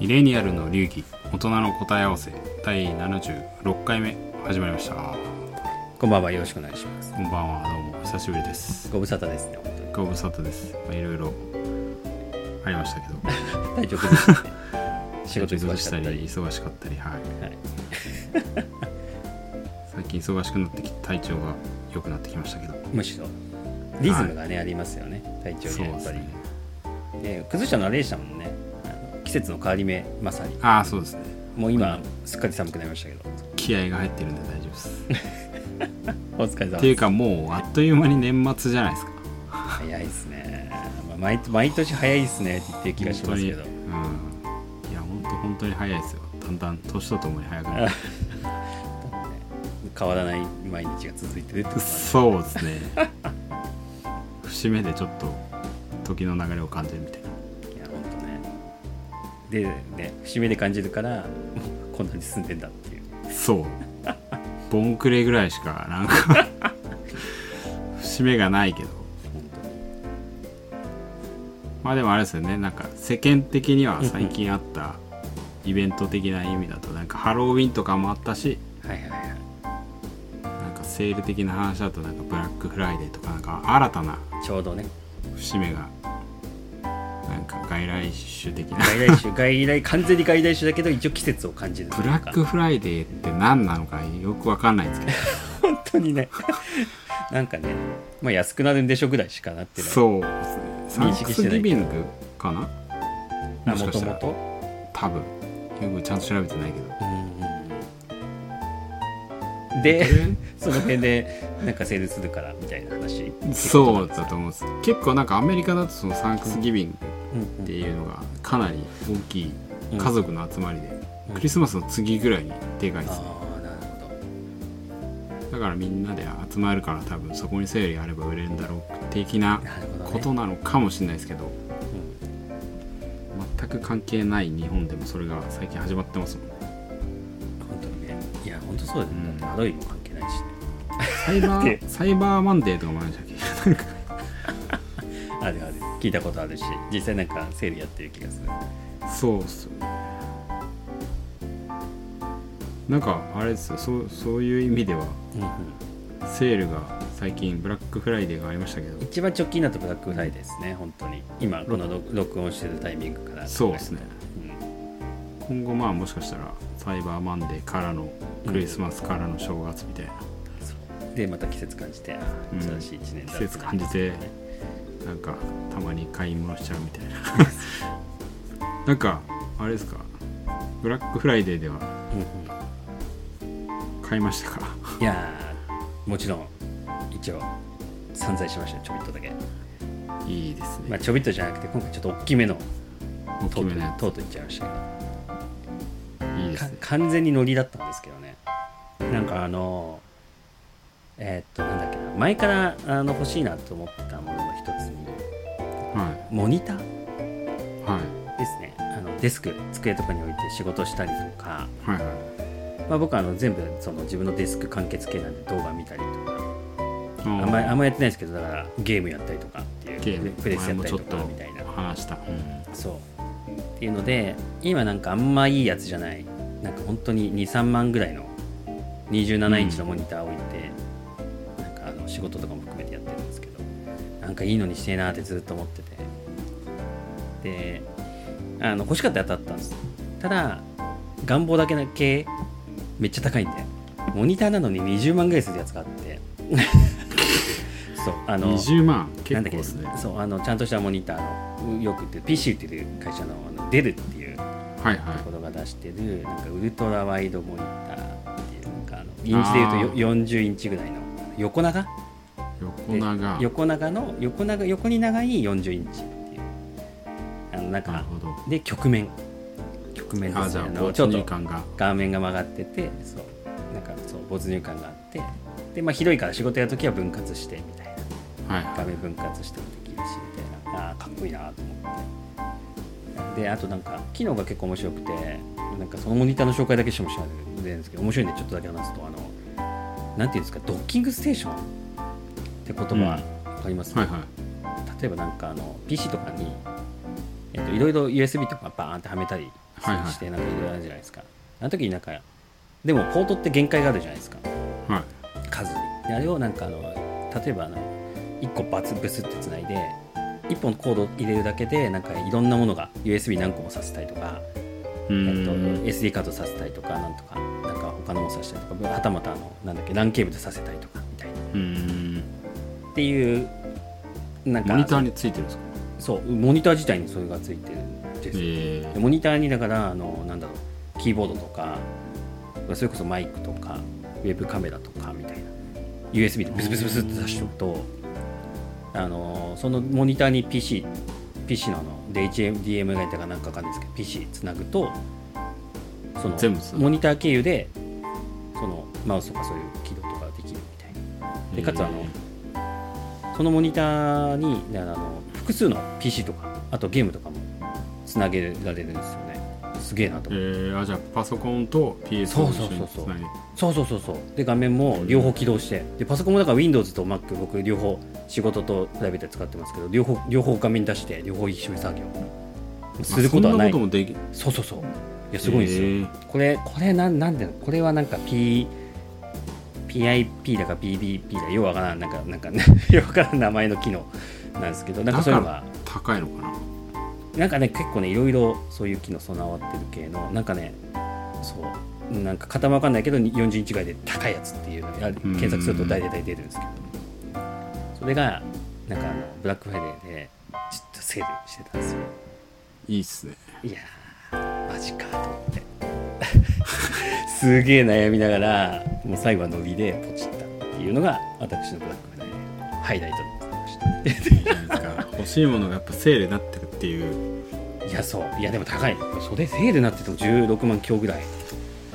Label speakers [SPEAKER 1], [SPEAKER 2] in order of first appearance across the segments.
[SPEAKER 1] ミレニアルの流儀大人の答え合わせ第76回目始まりました
[SPEAKER 2] こんばんは、よろしくお願いします。
[SPEAKER 1] こんばんはどうもお久しぶりです
[SPEAKER 2] ご無沙汰ですね、本当に。
[SPEAKER 1] ご無沙汰ですまあいろいろありましたけど
[SPEAKER 2] 体調崩 して、仕事忙
[SPEAKER 1] 忙
[SPEAKER 2] し
[SPEAKER 1] し
[SPEAKER 2] か
[SPEAKER 1] かった
[SPEAKER 2] っ
[SPEAKER 1] た
[SPEAKER 2] り
[SPEAKER 1] り。忙しかったりはい
[SPEAKER 2] はい、
[SPEAKER 1] 最近忙しくなってきて体調が良くなってきましたけど
[SPEAKER 2] むしろ、リズムがね、ありますよね、体調
[SPEAKER 1] そう
[SPEAKER 2] には
[SPEAKER 1] で
[SPEAKER 2] やっぱ
[SPEAKER 1] す
[SPEAKER 2] り。
[SPEAKER 1] ね
[SPEAKER 2] ね崩したのはレイさんもんね、あの季節の変わり目、まさに。
[SPEAKER 1] ああそうですね
[SPEAKER 2] もう今、すっかり寒くなりましたけど、
[SPEAKER 1] 気合が入ってるんで大丈夫です
[SPEAKER 2] お疲れ様
[SPEAKER 1] っていう
[SPEAKER 2] です。
[SPEAKER 1] かもうあっという間に年末じゃないですか
[SPEAKER 2] 早いですね、まあ毎。毎年早いですねって言ってる気がしますけ
[SPEAKER 1] 本。
[SPEAKER 2] ど
[SPEAKER 1] 当にうんいや本当本当に早いですよだんだん年とともに早くなる
[SPEAKER 2] 変わらない毎日が続いてるってことなんで
[SPEAKER 1] そうですね節目でちょっと時の流れを感じるみたいない
[SPEAKER 2] や本当ねでね節目で感じるからこんなに進んでんだっていう
[SPEAKER 1] そうボンクレぐらいしかなんか節目がないけど
[SPEAKER 2] 本当に
[SPEAKER 1] まあでもあれですよねなんか世間的には最近あったイベント的な意味だとなんかハロウィンとかもあったし
[SPEAKER 2] はいはいはい
[SPEAKER 1] なんかセール的な話だとなんかブラックフライデーとかなんか新たな
[SPEAKER 2] ちょうどね
[SPEAKER 1] 節目がなんか外来種的な
[SPEAKER 2] 外来種 外来完全に外来種だけど一応季節を感じるとい
[SPEAKER 1] ブ
[SPEAKER 2] うか
[SPEAKER 1] ラックフライデーって何なのかよくわかんないんですけど
[SPEAKER 2] 本当にね なんかねまあ安くなるんでしょぐらいしかなってない
[SPEAKER 1] そうですねサンクスギビングかな
[SPEAKER 2] あ
[SPEAKER 1] もし
[SPEAKER 2] も
[SPEAKER 1] か
[SPEAKER 2] と
[SPEAKER 1] したら
[SPEAKER 2] もと
[SPEAKER 1] 多分よくちゃんと調べてないけど
[SPEAKER 2] うんで その辺でなんかセールするからみたいな話
[SPEAKER 1] そうだと思うんです結構なんかアメリカだとそのサンクスギビングっていうのがかなり大きい
[SPEAKER 2] うん
[SPEAKER 1] 家族の集まりで、
[SPEAKER 2] うん
[SPEAKER 1] クリスマスの次ぐらいにでかいですね、
[SPEAKER 2] ああなるほど
[SPEAKER 1] だからみんなで集まるから多分そこにセールあれば売れるんだろう的な
[SPEAKER 2] なるほど、ね、
[SPEAKER 1] ことなのかもしれないですけど全く関係ない日本でもそれが最近始まってますもんね
[SPEAKER 2] 本当にねいや本当そうだよね、
[SPEAKER 1] うん
[SPEAKER 2] だってハロウィンも関係ないしね
[SPEAKER 1] サイバ
[SPEAKER 2] で
[SPEAKER 1] ーサイバーマンデーとかもあるじゃん
[SPEAKER 2] あるある聞いたことあるし実際なんかセールやってる気がする
[SPEAKER 1] そうっすよねなんかあれですよそうそういう意味ではセールが最近ブラックフライデーがありましたけど
[SPEAKER 2] 一番直近だとブラックフライデーですね本当に今この録録音してるタイミングから
[SPEAKER 1] そうですね
[SPEAKER 2] うん
[SPEAKER 1] 今後まあもしかしたらサイバーマンデーからのクリスマスからの正月みたいな、
[SPEAKER 2] そうでまた季節感じてあ
[SPEAKER 1] うん
[SPEAKER 2] 新しい一年だ
[SPEAKER 1] 季節感じてなんかたまに買い物しちゃうみたいな なんかあれですかブラックフライデーでは
[SPEAKER 2] うんうん
[SPEAKER 1] 買いましたか
[SPEAKER 2] いやーもちろん一応散財しましたよちょびっとだけ、
[SPEAKER 1] いいですね、
[SPEAKER 2] まあ、ちょびっとじゃなくて今回ちょっと大きめの
[SPEAKER 1] 大
[SPEAKER 2] と
[SPEAKER 1] き
[SPEAKER 2] う
[SPEAKER 1] め
[SPEAKER 2] と
[SPEAKER 1] のや
[SPEAKER 2] うとうとういっちゃいましたけど
[SPEAKER 1] ついいで
[SPEAKER 2] か
[SPEAKER 1] すね
[SPEAKER 2] 完全にノリだったんですけどねなんかあのえーっとなんだっけな前からあの欲しいなと思ってたものの一つに
[SPEAKER 1] は
[SPEAKER 2] モニター
[SPEAKER 1] いはい
[SPEAKER 2] ですねあのデスク机とかに置いて仕事したりとか、
[SPEAKER 1] はいはい
[SPEAKER 2] まあ、僕はあの全部その自分のデスク完結系なんで動画見たりとか
[SPEAKER 1] あ
[SPEAKER 2] あんまりあんまやってないですけどだからゲームやったりとかっていう
[SPEAKER 1] ゲーム
[SPEAKER 2] プレプレスやったりと
[SPEAKER 1] 前
[SPEAKER 2] か
[SPEAKER 1] も
[SPEAKER 2] みたいな
[SPEAKER 1] 話した、
[SPEAKER 2] そうっていうので今なんかあんまいいやつじゃないなんか本当に23万ぐらいの27インチのモニター置いて、なんかあの仕事とかも含めてやってるんですけどなんかいいのにしてえなってずっと思っててであの欲しかったやつあったんですただ願望だけだけめっちゃ高いんでモニターなのに20万ぐらいするやつがあってそうあの
[SPEAKER 1] 20万結
[SPEAKER 2] なんだ
[SPEAKER 1] 構
[SPEAKER 2] っけ
[SPEAKER 1] ですね
[SPEAKER 2] そうあのちゃんとしたモニターのうよく売ってる PC 売ってる会社のあのデルっていうと
[SPEAKER 1] はいはい
[SPEAKER 2] ころが出してるなんかウルトラワイドモニターっていうなんかあのインチでいうとよ40インチぐらいの横長で
[SPEAKER 1] 横長
[SPEAKER 2] 横長の横長横に長い40インチっていうあのなん
[SPEAKER 1] なる
[SPEAKER 2] か
[SPEAKER 1] ほど
[SPEAKER 2] で局面局面で
[SPEAKER 1] あ
[SPEAKER 2] す
[SPEAKER 1] じゃ
[SPEAKER 2] ねあ
[SPEAKER 1] あ
[SPEAKER 2] の
[SPEAKER 1] 没
[SPEAKER 2] ちょっ
[SPEAKER 1] 入
[SPEAKER 2] と
[SPEAKER 1] 感が
[SPEAKER 2] 画面が曲がっててそうなんかそう没入感があってで、まあ、広いから仕事やるときは分割してみたいな。
[SPEAKER 1] はい
[SPEAKER 2] 画面分割してもできるしみたいなあーかっこいいなと思ってであとなんか機能が結構面白くてなんかそのモニターの紹介だけしてもしないんですけど面白いんでちょっとだけ話すとあのなんていうんですかドッキングステーションって言葉、
[SPEAKER 1] うん
[SPEAKER 2] わかります、
[SPEAKER 1] はいはい
[SPEAKER 2] 例えばなんかあの PC とかに、えっといろいろ USB とかバーンってはめたり
[SPEAKER 1] はいはい
[SPEAKER 2] してなんかいろいろあるじゃないですか、あの時になんかでもポートって限界があるじゃないですか
[SPEAKER 1] はい
[SPEAKER 2] 数にであれをなんかあの例えばあの1個バツブスってつないで1本コード入れるだけでなんかいろんなものが USB 何個もさせたりとか、
[SPEAKER 1] う
[SPEAKER 2] えっと、
[SPEAKER 1] ーん
[SPEAKER 2] SD カードさせたりとかなんとかなんか他のもさせたりとかはたまたあのなんだっけ LAN ケーブルさせたりとかみたいな
[SPEAKER 1] うーん
[SPEAKER 2] っていうなんか
[SPEAKER 1] モニターについてるんですか
[SPEAKER 2] そうモニター自体にそれがついてるんですよ
[SPEAKER 1] え
[SPEAKER 2] でモニターにだからあのなんだろうキーボードとかそれこそマイクとかウェブカメラとかみたいな USB でブスブスブスって出しておくとあのそのモニターに PC PC のあので HDMI がいたかなんかわかんないですけど PC つなぐとその
[SPEAKER 1] 全部つなぐ
[SPEAKER 2] モニター経由でそのマウスとかそういう起動とかできるみたいな
[SPEAKER 1] ー
[SPEAKER 2] でかつあのそのモニターにだからあの複数の PC とかあとゲームとかもつなげられるんですよねすげえなと
[SPEAKER 1] え
[SPEAKER 2] 思って、
[SPEAKER 1] ーあじゃあパソコンと PS を一緒につなぎ
[SPEAKER 2] そうそうそうそうで画面も両方起動してでパソコンもだから Windows と Mac 僕両方仕事とプライベートで使ってますけど両方両方画面出して両方一緒に作業することはな
[SPEAKER 1] あ
[SPEAKER 2] い
[SPEAKER 1] そんなこと
[SPEAKER 2] そう
[SPEAKER 1] もでき
[SPEAKER 2] そうそういやすごいんですよ、
[SPEAKER 1] えー
[SPEAKER 2] これこれなんなんでこれはなんか P PIP だか PBP だかようわからんなんかなんか、 ね、ようわからん名前の機能なんですけどなんかそういうのが
[SPEAKER 1] 高いのかな
[SPEAKER 2] なんかね結構ねいろいろそういう機能備わってる系のなんかねそうなんか型もわかんないけど40インチぐらいで高いやつっていうのが
[SPEAKER 1] ん
[SPEAKER 2] 検索すると大体出るんですけどそれがなんかあのブラックフライデーでちょっとセールしてたんですよ
[SPEAKER 1] いいっ すね
[SPEAKER 2] いやーマジかと思って すげえ悩みながらもう最後は伸びでポチったっていうのが私のブラックフライデーハイライトになってました
[SPEAKER 1] いいじゃないですか欲しいものがやっぱセールになってるっていう
[SPEAKER 2] いやそういやでも高いそれセールになってても16万強ぐらい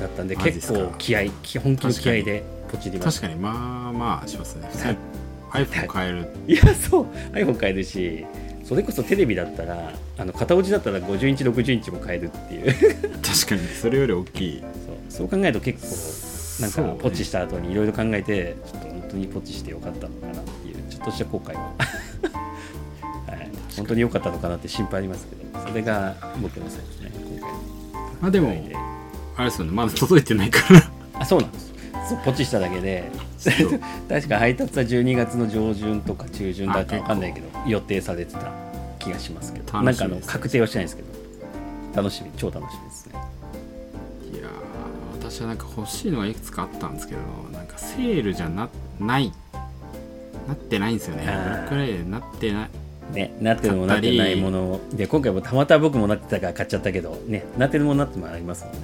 [SPEAKER 2] だったんで
[SPEAKER 1] マジっす
[SPEAKER 2] 結
[SPEAKER 1] か
[SPEAKER 2] 構気合いき本気の気合いでポチりま
[SPEAKER 1] 確
[SPEAKER 2] した
[SPEAKER 1] かにまあまあしますね普通に iPhone 買える
[SPEAKER 2] いやそう iPhone 買えるしそれこそテレビだったらあの片落ちだったら50インチ60インチも買えるっていうそう
[SPEAKER 1] 確かにそれより大きい
[SPEAKER 2] そう考えると結構なん
[SPEAKER 1] そう
[SPEAKER 2] か
[SPEAKER 1] ね
[SPEAKER 2] ポチした後にいろいろ考えてちょっと本当にポチしてよかったのかなっていうちょっとした後悔 は、はい、本当によかったのかなって心配ありますけどそれが僕の最後ですね今回の
[SPEAKER 1] まあでも
[SPEAKER 2] はい
[SPEAKER 1] あれですよねまだ届いてないから
[SPEAKER 2] あそうなんですそうポチしただけで
[SPEAKER 1] ちょっと
[SPEAKER 2] 確か配達は12月の上旬とか中旬だった
[SPEAKER 1] あ
[SPEAKER 2] か分かんないけど予定されてた気がしますけど
[SPEAKER 1] 楽しみ
[SPEAKER 2] な
[SPEAKER 1] で
[SPEAKER 2] ん
[SPEAKER 1] す
[SPEAKER 2] かあの確定はしてないですけど楽しみ超楽しみですね
[SPEAKER 1] いやー私はなんか欲しいのがいくつかあったんですけどなんかセールじゃなないなってないんですよねブ
[SPEAKER 2] あー
[SPEAKER 1] ラックフライデーになってない
[SPEAKER 2] ねなってるものな
[SPEAKER 1] 買った
[SPEAKER 2] って
[SPEAKER 1] り
[SPEAKER 2] ないもので今回もたまたま僕もなってたから買っちゃったけどねなってるものなってもありますもんね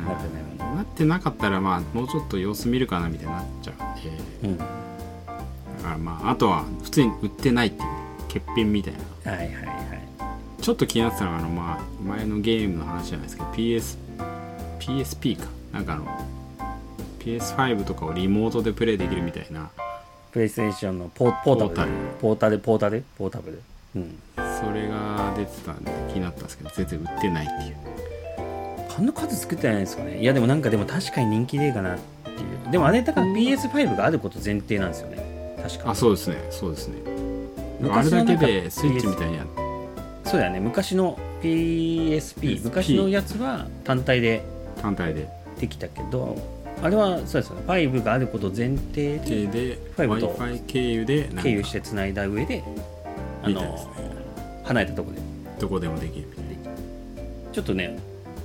[SPEAKER 1] うん
[SPEAKER 2] なってないもの
[SPEAKER 1] なってなかったらまあもうちょっと様子見るかなみたいになっちゃうんで
[SPEAKER 2] うん
[SPEAKER 1] だからまああとは普通に売ってないっていう欠品みたいな
[SPEAKER 2] はいはいはい
[SPEAKER 1] ちょっと気になってたのがあの、まあ、前のゲームの話じゃないですけど PS PSP かなんかあの PS5 とかをリモートでプレイできるみたいな
[SPEAKER 2] プレイステーションのポポータブルポータルポータルポータブルうん
[SPEAKER 1] それが出てたんで気になったんですけど全然売ってないっていう
[SPEAKER 2] あんな数作ってないですかねいやでもなんかでも確かに人気ねえかなっていうでもあれだから PS5 があること前提なんですよね確か
[SPEAKER 1] あそうですねそうですねあれ
[SPEAKER 2] 昔のな
[SPEAKER 1] だ
[SPEAKER 2] んか
[SPEAKER 1] けでスイッチみた
[SPEAKER 2] PS
[SPEAKER 1] いにやっ
[SPEAKER 2] そうだよね昔の PSP
[SPEAKER 1] PSP
[SPEAKER 2] 昔のやつは単体で
[SPEAKER 1] 単体で
[SPEAKER 2] できたけどあれはそうですよね5があること前提で
[SPEAKER 1] でで w
[SPEAKER 2] 5
[SPEAKER 1] i
[SPEAKER 2] と
[SPEAKER 1] f i 経由でなんか
[SPEAKER 2] 経由してつないだ上であ
[SPEAKER 1] みたいです
[SPEAKER 2] の
[SPEAKER 1] ね
[SPEAKER 2] 離れたとこで
[SPEAKER 1] どこでもできるみたいな
[SPEAKER 2] ちょっとね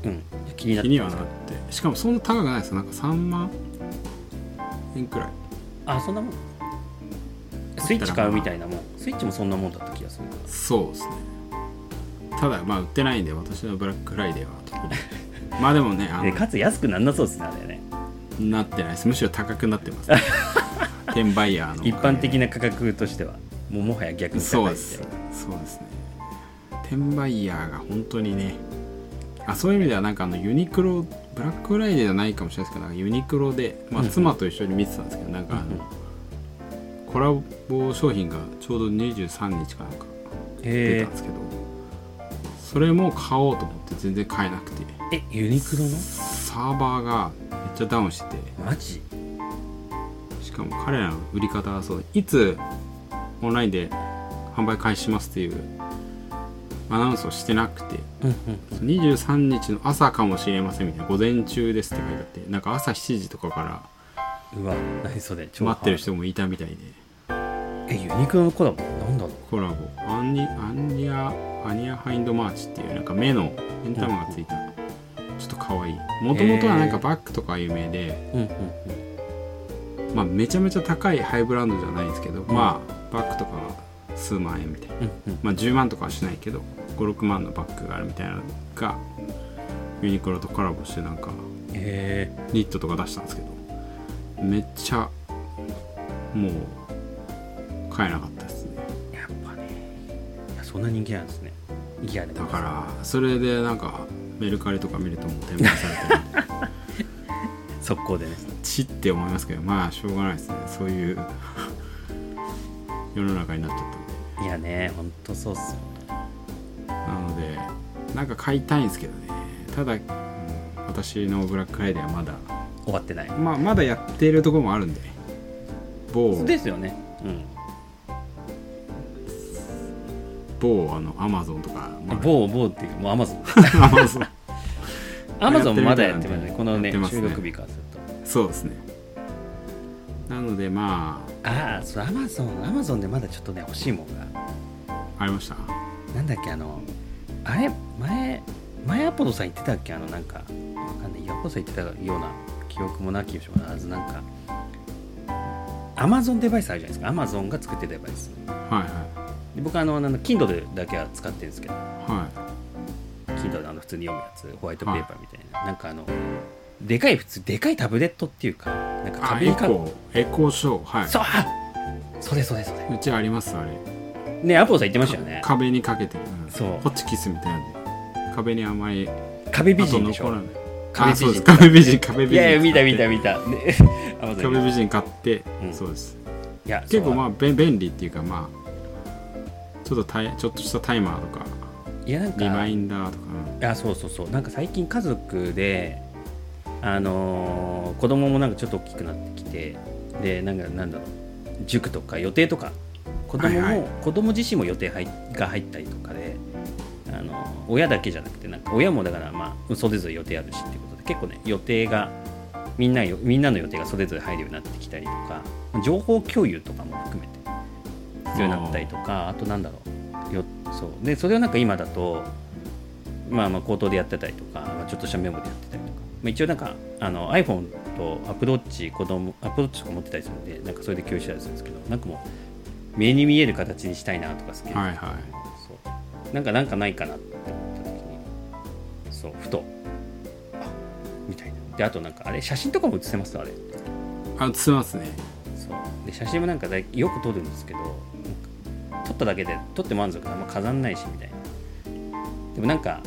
[SPEAKER 2] うん気になっ
[SPEAKER 1] 気
[SPEAKER 2] て
[SPEAKER 1] に
[SPEAKER 2] た
[SPEAKER 1] は
[SPEAKER 2] んです
[SPEAKER 1] な
[SPEAKER 2] け
[SPEAKER 1] っ
[SPEAKER 2] ど
[SPEAKER 1] てしかもそんな高くないですなんか3万円くらい
[SPEAKER 2] あそんなもんスイッチ買うみたいなもんスイッチもそんなもんだった気がするな
[SPEAKER 1] そうですねただまあ売ってないんで私のブラックフライデーは特 にまあでもねあ
[SPEAKER 2] で
[SPEAKER 1] の
[SPEAKER 2] かつ安くなんなそうですねあれね
[SPEAKER 1] なってないですむしろ高くなってます、ね、転売ヤーのおかげで
[SPEAKER 2] 一般的な価格としてはもうもはや逆に高い
[SPEAKER 1] そうで
[SPEAKER 2] みたい
[SPEAKER 1] す
[SPEAKER 2] な
[SPEAKER 1] そうですね転売ヤーが本当にねあそういう意味ではなんかあのユニクロブラックフライデーじゃないかもしれないですけどなんかユニクロで、まあ、
[SPEAKER 2] うんうん
[SPEAKER 1] 妻と一緒に見てたんですけどなんかあ
[SPEAKER 2] うんうん
[SPEAKER 1] のコラボ商品がちょうど23日かなんか出
[SPEAKER 2] へ
[SPEAKER 1] たんですけど、それも買おうと思って全然買えなくて
[SPEAKER 2] ええユニクロの
[SPEAKER 1] サーバーがめっちゃダウンしてて
[SPEAKER 2] マジ
[SPEAKER 1] しかも彼らの売り方はそういつオンラインで販売開始しますっていうアナウンスをしてなくて
[SPEAKER 2] うん
[SPEAKER 1] 23日の朝かもしれませんみたいな午前中ですって書いてあってなんか朝7時とかから
[SPEAKER 2] うんうわ何それ超
[SPEAKER 1] 待ってる人もいたみたいで
[SPEAKER 2] えユニクロの子だもんなんだろ
[SPEAKER 1] コラボアンニアンニアアニアハインドマーチっていうなんか目の目ん玉がついたちょっと可愛いもともとはなんかバッグとか有名で、
[SPEAKER 2] ううんうん
[SPEAKER 1] まあ、めちゃめちゃ高いハイブランドじゃないんですけど、まあバッグとかは数万円みたいな、
[SPEAKER 2] うんうん
[SPEAKER 1] まあ、10万とかはしないけど56万のバッグがあるみたいなのがユニクロとコラボしてなんか
[SPEAKER 2] え
[SPEAKER 1] ニットとか出したんですけどめっちゃもう買えなかったですね
[SPEAKER 2] ー、やっぱねいやそんな人気なんですねギアで
[SPEAKER 1] だからそれでなんかメルカリとか見るともう転売されてる
[SPEAKER 2] 速攻でね
[SPEAKER 1] ちって思いますけどまあしょうがないですねそういう世の中になっちゃったんで
[SPEAKER 2] いやねほんとそうっすよ
[SPEAKER 1] なのでなんか買いたいんですけどねただ、うん私のブラックフライデーはまだ
[SPEAKER 2] 終わってない
[SPEAKER 1] まあまだやってるところもあるんで某
[SPEAKER 2] ですよねうん
[SPEAKER 1] 某あのアマゾンとかもあ る
[SPEAKER 2] 某某っていうもうアマ ゾン
[SPEAKER 1] アマゾン
[SPEAKER 2] アマゾンまだや
[SPEAKER 1] や
[SPEAKER 2] っ
[SPEAKER 1] ってて
[SPEAKER 2] ま
[SPEAKER 1] るみたいなんで
[SPEAKER 2] すねこのね
[SPEAKER 1] やってます
[SPEAKER 2] 収
[SPEAKER 1] ね
[SPEAKER 2] 録日からすると
[SPEAKER 1] そうですねなのでま
[SPEAKER 2] ああそうアマゾンアマゾンでまだちょっとね欲しいもんが
[SPEAKER 1] あありました
[SPEAKER 2] なんだっけあのあれ前前アポロさん言ってたっけあのなんかわかんないアポロさん言ってたような記憶もなきにしもあらずなんかアマゾンデバイスあるじゃないですかアマゾンが作ってるデバイス
[SPEAKER 1] は
[SPEAKER 2] で僕あのあの Kindle だけは使ってるんですけど
[SPEAKER 1] いはいは
[SPEAKER 2] Kindle のあの普通に読むやつホワイトペーパーみたいな、なんかあのでかい普通でかいタブレットっていうかなんか
[SPEAKER 1] いあエ
[SPEAKER 2] 壁か
[SPEAKER 1] コーエコーショーはい
[SPEAKER 2] そうあそれそれそれ
[SPEAKER 1] うちありますあれ
[SPEAKER 2] ねアポロさん言ってましたよね
[SPEAKER 1] 壁にかけてる、うん
[SPEAKER 2] そう
[SPEAKER 1] ホチキスみたいなんで壁に甘い
[SPEAKER 2] 壁美人でし
[SPEAKER 1] あと残ら
[SPEAKER 2] ょ
[SPEAKER 1] ない
[SPEAKER 2] 壁
[SPEAKER 1] あ
[SPEAKER 2] 美人
[SPEAKER 1] そうです壁美人壁美人
[SPEAKER 2] いやいや見た見
[SPEAKER 1] 使
[SPEAKER 2] た
[SPEAKER 1] って
[SPEAKER 2] 見た、ね、Amazon
[SPEAKER 1] 壁美人買って、
[SPEAKER 2] うん
[SPEAKER 1] そうです
[SPEAKER 2] いや
[SPEAKER 1] 結構
[SPEAKER 2] そう
[SPEAKER 1] まあべ便利っていうかまあちょっとタイちょっとしたタイマーとか
[SPEAKER 2] いやなんか
[SPEAKER 1] リマインダーとか、うん
[SPEAKER 2] あそうそうそうなんか最近家族であのー子供もなんかちょっと大きくなってきてでなんかなんだろう塾とか予定とか子供も、
[SPEAKER 1] はいは
[SPEAKER 2] 子供自身も予定入が入ったりとかであのー親だけじゃなくてなんか親もだからまあそれぞれ予定あるしっていうことで結構ね予定がみんなよみんなの予定がそれぞれ入るようになってきたりとか情報共有とかも含めて必要になったりとかあとなんだろうよそうでそれをなんか今だとまあまあ口頭でやってたりとか、まあ、ちょっとしたメモでやってたりとか、まあ、一応なんかあの iPhone と AppleWatch 子供 AppleWatch とか持ってたりするんでなんかそれで共有したりするんですけどなんかもう目に見える形にしたいなとかすけど、
[SPEAKER 1] はいは
[SPEAKER 2] そうなんかなんかないかなって思った時にそうふとあみたいなであとなんかあれ写真とかも写せますあれ
[SPEAKER 1] いあつますね
[SPEAKER 2] そうで写真もなんかだいよく撮るんですけどなんか撮っただけで撮って満足であんま飾んないしみたいなでもなんか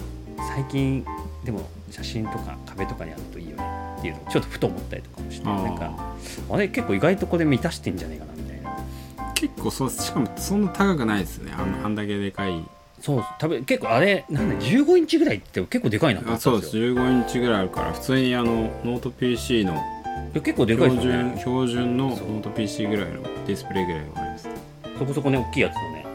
[SPEAKER 2] 最近でも写真とか壁とかにあるといいよねっていうのをちょっとふと思ったりとかもして
[SPEAKER 1] あー
[SPEAKER 2] なんかあれ結構意外とこれ満たしてんじゃねえかなみたいな
[SPEAKER 1] 結構そうしかもそんな高くないですねあんあんだけでかい
[SPEAKER 2] そう多分結構あれなんだ15インチぐらいって結構でかいなと思
[SPEAKER 1] あ
[SPEAKER 2] った
[SPEAKER 1] そ
[SPEAKER 2] ん
[SPEAKER 1] う
[SPEAKER 2] で
[SPEAKER 1] です
[SPEAKER 2] すよ
[SPEAKER 1] 15インチぐらいあるから普通にあのノート PC の
[SPEAKER 2] いや結構でかい
[SPEAKER 1] 標
[SPEAKER 2] ですよ
[SPEAKER 1] 準,、
[SPEAKER 2] ね
[SPEAKER 1] 標準のノ
[SPEAKER 2] そう
[SPEAKER 1] ート PC ぐらいのディスプレイぐらいがあります
[SPEAKER 2] そこそこね大きいやつのね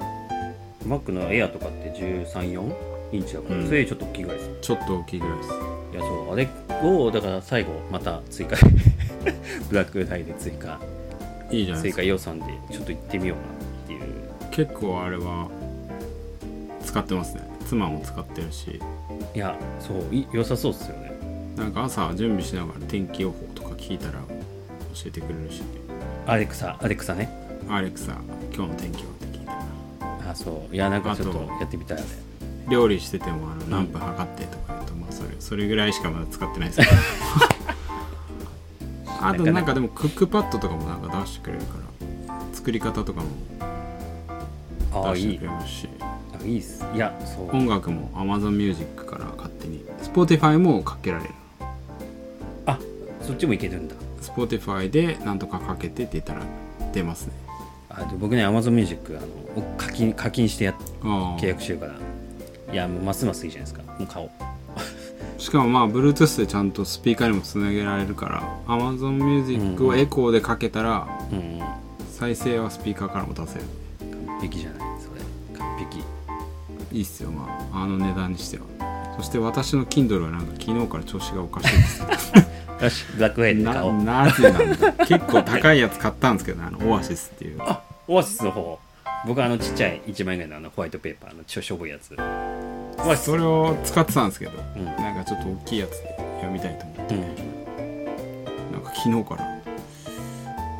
[SPEAKER 2] Mac の Air とかって134インチだから、
[SPEAKER 1] うん
[SPEAKER 2] それよりちょっと大きいぐらいです
[SPEAKER 1] ちょっと大きいぐらいです
[SPEAKER 2] いやそうあれをだから最後また追加 ブラックフライで追加
[SPEAKER 1] いいじゃないで
[SPEAKER 2] 追
[SPEAKER 1] すか
[SPEAKER 2] 加予算でちょっと行ってみようかなっていう
[SPEAKER 1] 結構あれは使ってますね妻も使ってるし
[SPEAKER 2] いやそうい良さそうっすよね
[SPEAKER 1] なんか朝準備しながら天気予報とか聞いたら教えてくれるし
[SPEAKER 2] アレクサアレクサね
[SPEAKER 1] アレクサ今日の天気はって聞いたら
[SPEAKER 2] あそういやなんかちょっと
[SPEAKER 1] あと
[SPEAKER 2] やってみたいあれ
[SPEAKER 1] 料理しててもあの何分測ってとか言うと、まあそれそれぐらいしかまだ使ってないですけどあとなんかでもクックパッドとかもなんか出してくれるから作り方とかも
[SPEAKER 2] ああ
[SPEAKER 1] 出
[SPEAKER 2] い
[SPEAKER 1] して
[SPEAKER 2] い
[SPEAKER 1] くれますし
[SPEAKER 2] あいいっすいやそう
[SPEAKER 1] 音楽も AmazonMusic から勝手に Spotify もかけられる
[SPEAKER 2] あそっちもいけるんだ
[SPEAKER 1] Spotify でなんとかかけてって言ったら出ますね
[SPEAKER 2] あで僕ね AmazonMusic あの課金課金してやっ
[SPEAKER 1] ああ
[SPEAKER 2] 契約してるからいやもうますますいいじゃないですかもう買おう
[SPEAKER 1] しかもまあ Bluetooth でちゃんとスピーカーにもつなげられるから AmazonMusic をエコーでかけたら
[SPEAKER 2] うんうん
[SPEAKER 1] 再生はスピーカーからも出せる
[SPEAKER 2] 完璧じゃないそれ完璧
[SPEAKER 1] いいっすよまああの値段にしてはそして私の Kindle はなんか昨日から調子がおかしいです
[SPEAKER 2] よしブラックウェイで買お
[SPEAKER 1] な
[SPEAKER 2] う
[SPEAKER 1] なぜなんだ結構高いやつ買ったんですけどねあのオアシスっていう
[SPEAKER 2] あオアシスの方僕はあのちっちゃい1万円ぐらいのあのホワイトペーパーのちょしょぼいやつオアシス
[SPEAKER 1] それを使ってたんですけど、
[SPEAKER 2] ん
[SPEAKER 1] なんかちょっと大きいやつで読みたいと思って
[SPEAKER 2] うん
[SPEAKER 1] なんか昨日から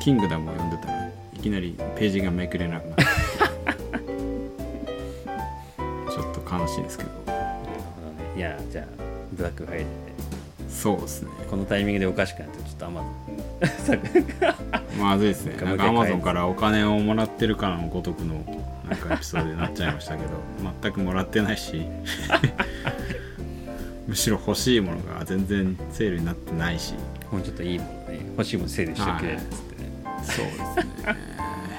[SPEAKER 1] 「キングダム」を読んでたらいきなりページがめくれなくなってちょっと悲しいですけど
[SPEAKER 2] なるほどねいやじゃあブラックフライデー
[SPEAKER 1] そうですね
[SPEAKER 2] このタイミングでおかしくなってちょっとあんま
[SPEAKER 1] まずいですね
[SPEAKER 2] な
[SPEAKER 1] なんん
[SPEAKER 2] か
[SPEAKER 1] か
[SPEAKER 2] もう
[SPEAKER 1] アマ
[SPEAKER 2] 一回
[SPEAKER 1] ゾンからお金をもらってるかのごとくのなんかエピソードになっちゃいましたけど 全くもらってないし むしろ欲しいものが全然セールになってないし
[SPEAKER 2] もうちょっといいものね欲しいもの整理しておけっつってね
[SPEAKER 1] そうですね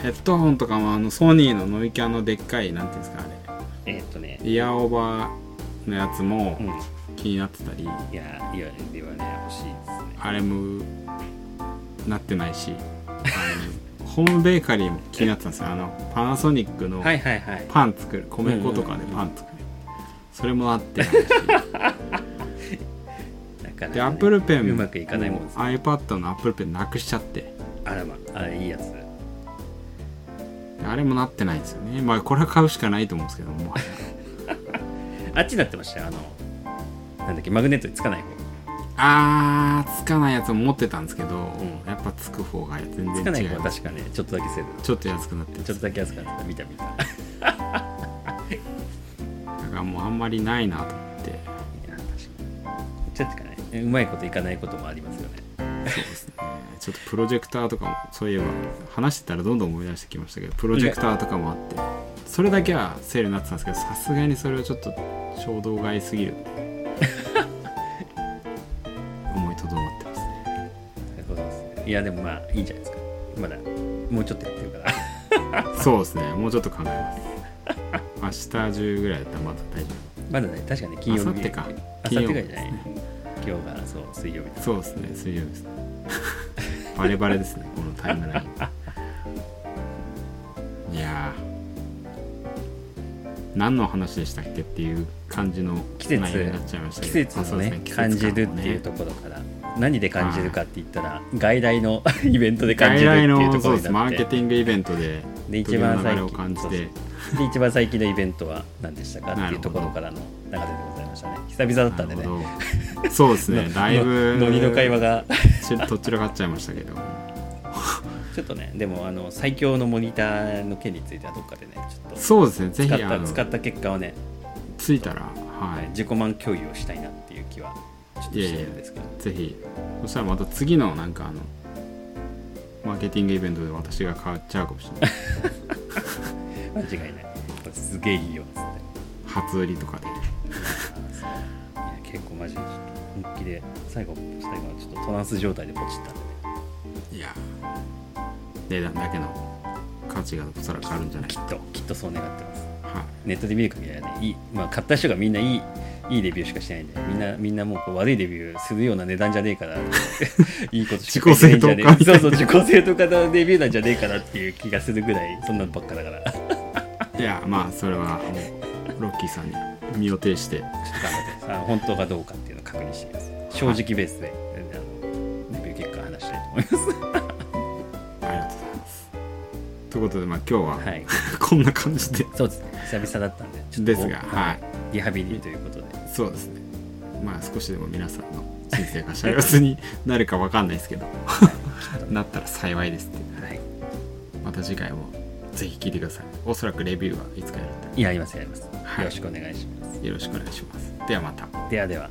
[SPEAKER 1] ヘッドホンとかもあのソニーのノイキャンのでっかいなんていうんですかあ
[SPEAKER 2] えーっとね
[SPEAKER 1] れイヤーオーバーのやつも
[SPEAKER 2] うん
[SPEAKER 1] 気になってたり、
[SPEAKER 2] いやいやではね欲しいですね
[SPEAKER 1] あれもなってないしあのホームベーカリーも気になってたんですよあのパナソニックの、
[SPEAKER 2] はいはいはい
[SPEAKER 1] パン作る米粉とかでパン作る、それもあってないし
[SPEAKER 2] なかなかね
[SPEAKER 1] でアップルペン
[SPEAKER 2] うまくいかないもんですね
[SPEAKER 1] iPad のアップルペンなくしちゃって
[SPEAKER 2] あらまあれいいやつ
[SPEAKER 1] であれもなってないんですよねまあこれは買うしかないと思うんですけど も
[SPEAKER 2] あっちになってましたよあのなんだっけマグネットにつかない方
[SPEAKER 1] あーつかないやつも持ってたんですけど、
[SPEAKER 2] ん
[SPEAKER 1] やっぱつく方が全
[SPEAKER 2] つかな
[SPEAKER 1] 然
[SPEAKER 2] い
[SPEAKER 1] 違
[SPEAKER 2] 方
[SPEAKER 1] う
[SPEAKER 2] は確かねちょっとだけセール
[SPEAKER 1] ちょっと安くなってる
[SPEAKER 2] ちょっとだけ安かった見た見たい
[SPEAKER 1] だからもうあんまりないなと思って
[SPEAKER 2] や確かにちょっとかねうまいこといかないこともありますよね
[SPEAKER 1] そうですねちょっとプロジェクターとかもそういえば話してたらどんどん思い出してきましたけどプロジェクターとかもあってそれだけはセールになってたんですけどさすがにそれはちょっと衝動買いすぎるんで思いとどまってますね
[SPEAKER 2] なるほどですねいやでもまあいいんじゃないですかまだもうちょっとやってるから
[SPEAKER 1] そうですねもうちょっと考えます明日中ぐらいだったらまだ大丈
[SPEAKER 2] まだね確かね金
[SPEAKER 1] 夫
[SPEAKER 2] 曜日
[SPEAKER 1] 明後日か
[SPEAKER 2] 明
[SPEAKER 1] 金曜
[SPEAKER 2] 後
[SPEAKER 1] 日
[SPEAKER 2] 日が
[SPEAKER 1] です
[SPEAKER 2] じゃない
[SPEAKER 1] ね
[SPEAKER 2] 今日がそう水曜日です
[SPEAKER 1] そうですね水曜日ですね バレバレですねこのタイムラインいやー何の話でしたっけっていう感じの
[SPEAKER 2] 季節
[SPEAKER 1] 内容になっちゃいました
[SPEAKER 2] 季
[SPEAKER 1] けど
[SPEAKER 2] 節を
[SPEAKER 1] あそう
[SPEAKER 2] ね
[SPEAKER 1] です季節感
[SPEAKER 2] 感
[SPEAKER 1] を
[SPEAKER 2] じるっていうところから何で感じるかって言ったら外来の イベントで感
[SPEAKER 1] 外
[SPEAKER 2] じるっ
[SPEAKER 1] 来
[SPEAKER 2] ていうと
[SPEAKER 1] の
[SPEAKER 2] こ
[SPEAKER 1] そう
[SPEAKER 2] ろ
[SPEAKER 1] で
[SPEAKER 2] に
[SPEAKER 1] すマ
[SPEAKER 2] なっ
[SPEAKER 1] ー
[SPEAKER 2] て
[SPEAKER 1] ケティングイベントで
[SPEAKER 2] で
[SPEAKER 1] 時
[SPEAKER 2] 一
[SPEAKER 1] の
[SPEAKER 2] 番
[SPEAKER 1] 流
[SPEAKER 2] 最
[SPEAKER 1] れ
[SPEAKER 2] 近
[SPEAKER 1] を感じ
[SPEAKER 2] そう
[SPEAKER 1] て
[SPEAKER 2] そうで一番最近のイベントは何でしたかって
[SPEAKER 1] なる
[SPEAKER 2] いう
[SPEAKER 1] ほ
[SPEAKER 2] と
[SPEAKER 1] ど
[SPEAKER 2] ころからの流れでございましたね久々だったんでね
[SPEAKER 1] なるほ どそうですねだいぶ
[SPEAKER 2] のノリの会話が
[SPEAKER 1] ちとっちらかっちゃいましたけど
[SPEAKER 2] ちょっとねでもあの最強のモニターの件についてはどっかでねちょっと
[SPEAKER 1] そうですねぜ
[SPEAKER 2] 使っ
[SPEAKER 1] ひあ
[SPEAKER 2] た
[SPEAKER 1] の
[SPEAKER 2] 使った結果をね
[SPEAKER 1] ついたらはい
[SPEAKER 2] 自己満共有をしたいなっていう気はちょっとしてるんですけど
[SPEAKER 1] ぜひそしたらまた次のなんかあのマーケティングイベントで私が買っちゃうかもしれ ない
[SPEAKER 2] 間違いないこれすげえいいよっつって
[SPEAKER 1] 初売りとかで
[SPEAKER 2] いや結構マジでちょっと本気で最後最後はちょっとトランス状態でポチったんでね
[SPEAKER 1] いや値段だけの価値がおそらくあるんじゃない
[SPEAKER 2] き
[SPEAKER 1] か
[SPEAKER 2] っときっとそう願ってます
[SPEAKER 1] は
[SPEAKER 2] ネットで見る限りはねいい、まあ、買った人がみんないいいいレビューしかしてないんでみんなみんなもうこう悪いレビューするような値段じゃねえから いいことしか書いてないんじゃねえ
[SPEAKER 1] 自己正当化みたい
[SPEAKER 2] そう
[SPEAKER 1] な
[SPEAKER 2] そう自己正当化のレビューなんじゃねえかなっていう気がするぐらいそんなのばっかだからちょっと
[SPEAKER 1] いいやまあそれはもうロッキーさんに身を挺して
[SPEAKER 2] 頑張ってさ本当かどうかっていうのを確認してみます正直ベースで、あのレビュー結果話したいと思 います
[SPEAKER 1] ありがとうございますということでまあ今日は、
[SPEAKER 2] はい
[SPEAKER 1] こんな感じで
[SPEAKER 2] そうですね久々だったんでちょっと
[SPEAKER 1] ですがはい
[SPEAKER 2] リハビリということで
[SPEAKER 1] そうですねまあ少しでも皆さんの人生が幸せになるかわかんないですけど なったら幸いですっていう
[SPEAKER 2] はい
[SPEAKER 1] また次回もぜひ聞いてくださいおそらくレビューはいつかやるん
[SPEAKER 2] やりますやります、
[SPEAKER 1] はい
[SPEAKER 2] よろしくお願いします
[SPEAKER 1] でよろしくお願いしますではまた
[SPEAKER 2] ではでは